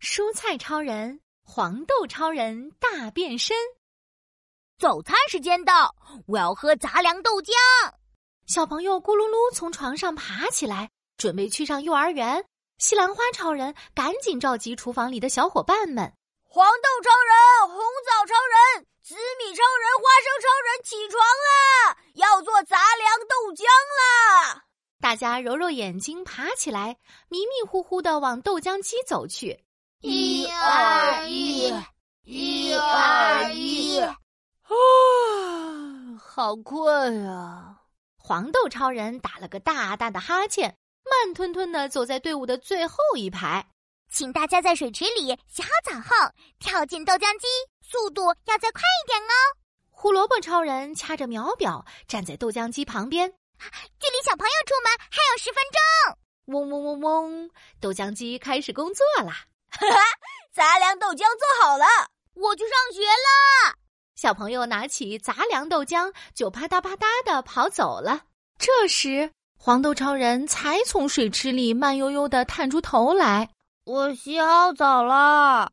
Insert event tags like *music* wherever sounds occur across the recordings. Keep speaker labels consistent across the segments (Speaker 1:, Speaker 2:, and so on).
Speaker 1: 蔬菜超人、黄豆超人大变身。
Speaker 2: 早餐时间到，我要喝杂粮豆浆。
Speaker 1: 小朋友咕噜噜从床上爬起来，准备去上幼儿园。西兰花超人赶紧召集厨房里的小伙伴们：
Speaker 2: 黄豆超人、红枣超人、紫米超人、花生超人，起床啦！要做杂粮豆浆啦！
Speaker 1: 大家揉揉眼睛，爬起来，迷迷糊糊的往豆浆机走去。
Speaker 3: 一二一，一二一，
Speaker 4: 啊，好困啊！
Speaker 1: 黄豆超人打了个大大的哈欠。慢吞吞的走在队伍的最后一排，
Speaker 2: 请大家在水池里洗好澡后跳进豆浆机，速度要再快一点哦。
Speaker 1: 胡萝卜超人掐着秒表站在豆浆机旁边，
Speaker 2: 距离小朋友出门还有十分钟。
Speaker 1: 嗡嗡嗡嗡，豆浆机开始工作啦！
Speaker 2: 哈哈，杂粮豆浆做好了，我去上学啦！
Speaker 1: 小朋友拿起杂粮豆浆就啪嗒啪嗒的跑走了。这时。黄豆超人才从水池里慢悠悠的探出头来。
Speaker 3: 我洗好澡了。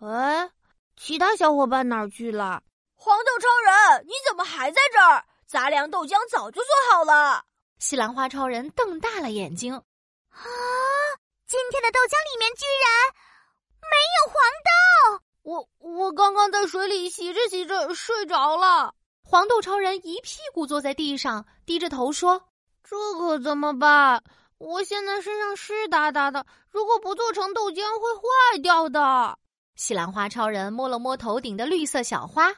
Speaker 3: 哎，其他小伙伴哪儿去了？
Speaker 2: 黄豆超人，你怎么还在这儿？杂粮豆浆早就做好了。
Speaker 1: 西兰花超人瞪大了眼睛。
Speaker 2: 啊！今天的豆浆里面居然没有黄
Speaker 3: 豆！我我刚刚在水里洗着洗着睡着了。
Speaker 1: 黄豆超人一屁股坐在地上，低着头说。
Speaker 3: 这可怎么办？我现在身上湿哒哒的，如果不做成豆浆会坏掉的。
Speaker 1: 西兰花超人摸了摸头顶的绿色小花，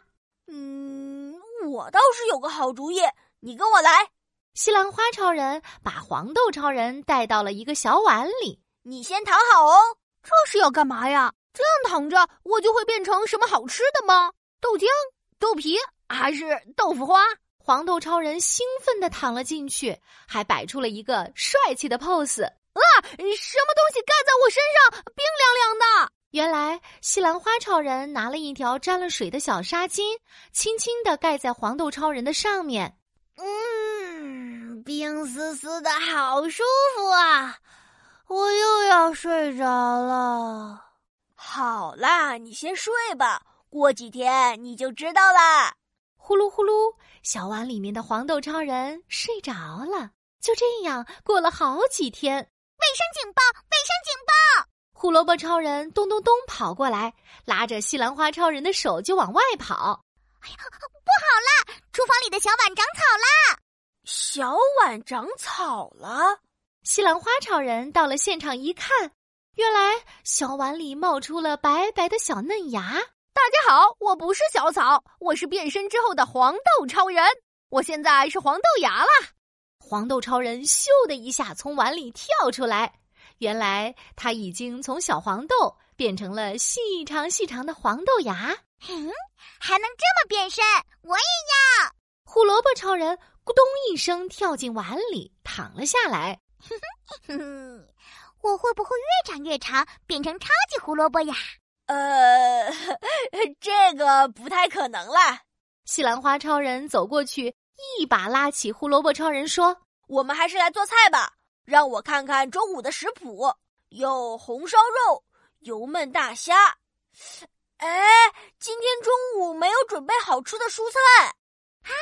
Speaker 2: 嗯，我倒是有个好主意，你跟我来。
Speaker 1: 西兰花超人把黄豆超人带到了一个小碗里，
Speaker 2: 你先躺好哦。
Speaker 3: 这是要干嘛呀？这样躺着我就会变成什么好吃的吗？豆浆、豆皮还是豆腐花？
Speaker 1: 黄豆超人兴奋地躺了进去，还摆出了一个帅气的 pose。
Speaker 3: 啊，什么东西盖在我身上，冰凉凉的！
Speaker 1: 原来西兰花超人拿了一条沾了水的小纱巾，轻轻地盖在黄豆超人的上面。
Speaker 3: 嗯，冰丝丝的好舒服啊！我又要睡着了。
Speaker 2: 好啦，你先睡吧，过几天你就知道啦。
Speaker 1: 呼噜呼噜，小碗里面的黄豆超人睡着了。就这样过了好几天。
Speaker 2: 卫生警报！卫生警报！
Speaker 1: 胡萝卜超人咚咚咚跑过来，拉着西兰花超人的手就往外跑。
Speaker 2: 哎呀，不好啦！厨房里的小碗长草啦！小碗长草了。
Speaker 1: 西兰花超人到了现场一看，原来小碗里冒出了白白的小嫩芽。
Speaker 3: 大家好，我不是小草，我是变身之后的黄豆超人。我现在是黄豆芽啦！
Speaker 1: 黄豆超人咻的一下从碗里跳出来，原来他已经从小黄豆变成了细长细长的黄豆芽。
Speaker 2: 嗯，还能这么变身，我也要！
Speaker 1: 胡萝卜超人咕咚一声跳进碗里，躺了下来。
Speaker 2: 我会不会越长越长，变成超级胡萝卜呀？
Speaker 3: *laughs*
Speaker 2: 呃，这个不太可能啦。
Speaker 1: 西兰花超人走过去，一把拉起胡萝卜超人，说：“
Speaker 2: 我们还是来做菜吧，让我看看中午的食谱，有红烧肉、油焖大虾。哎，今天中午没有准备好吃的蔬菜啊，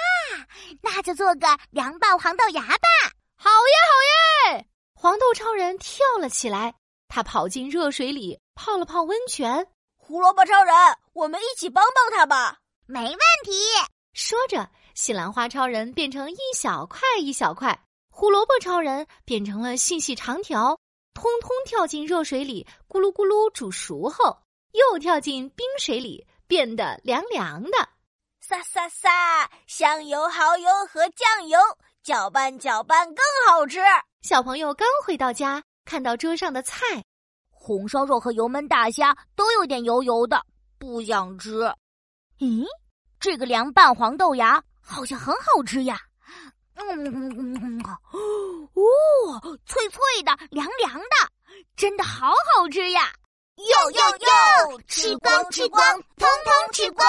Speaker 2: 那就做个凉拌黄豆芽吧。
Speaker 3: 好耶，好耶！”
Speaker 1: 黄豆超人跳了起来，他跑进热水里泡了泡温泉。
Speaker 2: 胡萝卜超人，我们一起帮帮他吧！没问题。
Speaker 1: 说着，西兰花超人变成一小块一小块，胡萝卜超人变成了细细长条，通通跳进热水里，咕噜咕噜煮熟后，又跳进冰水里，变得凉凉的。
Speaker 2: 撒撒撒，香油、蚝油和酱油搅拌搅拌更好吃。
Speaker 1: 小朋友刚回到家，看到桌上的菜。
Speaker 3: 红烧肉和油焖大虾都有点油油的，不想吃。
Speaker 2: 咦，这个凉拌黄豆芽好像很好吃呀！嗯嗯嗯，哦，脆脆的，凉凉的，真的好好吃呀！哟哟哟，吃光吃光，通通吃光！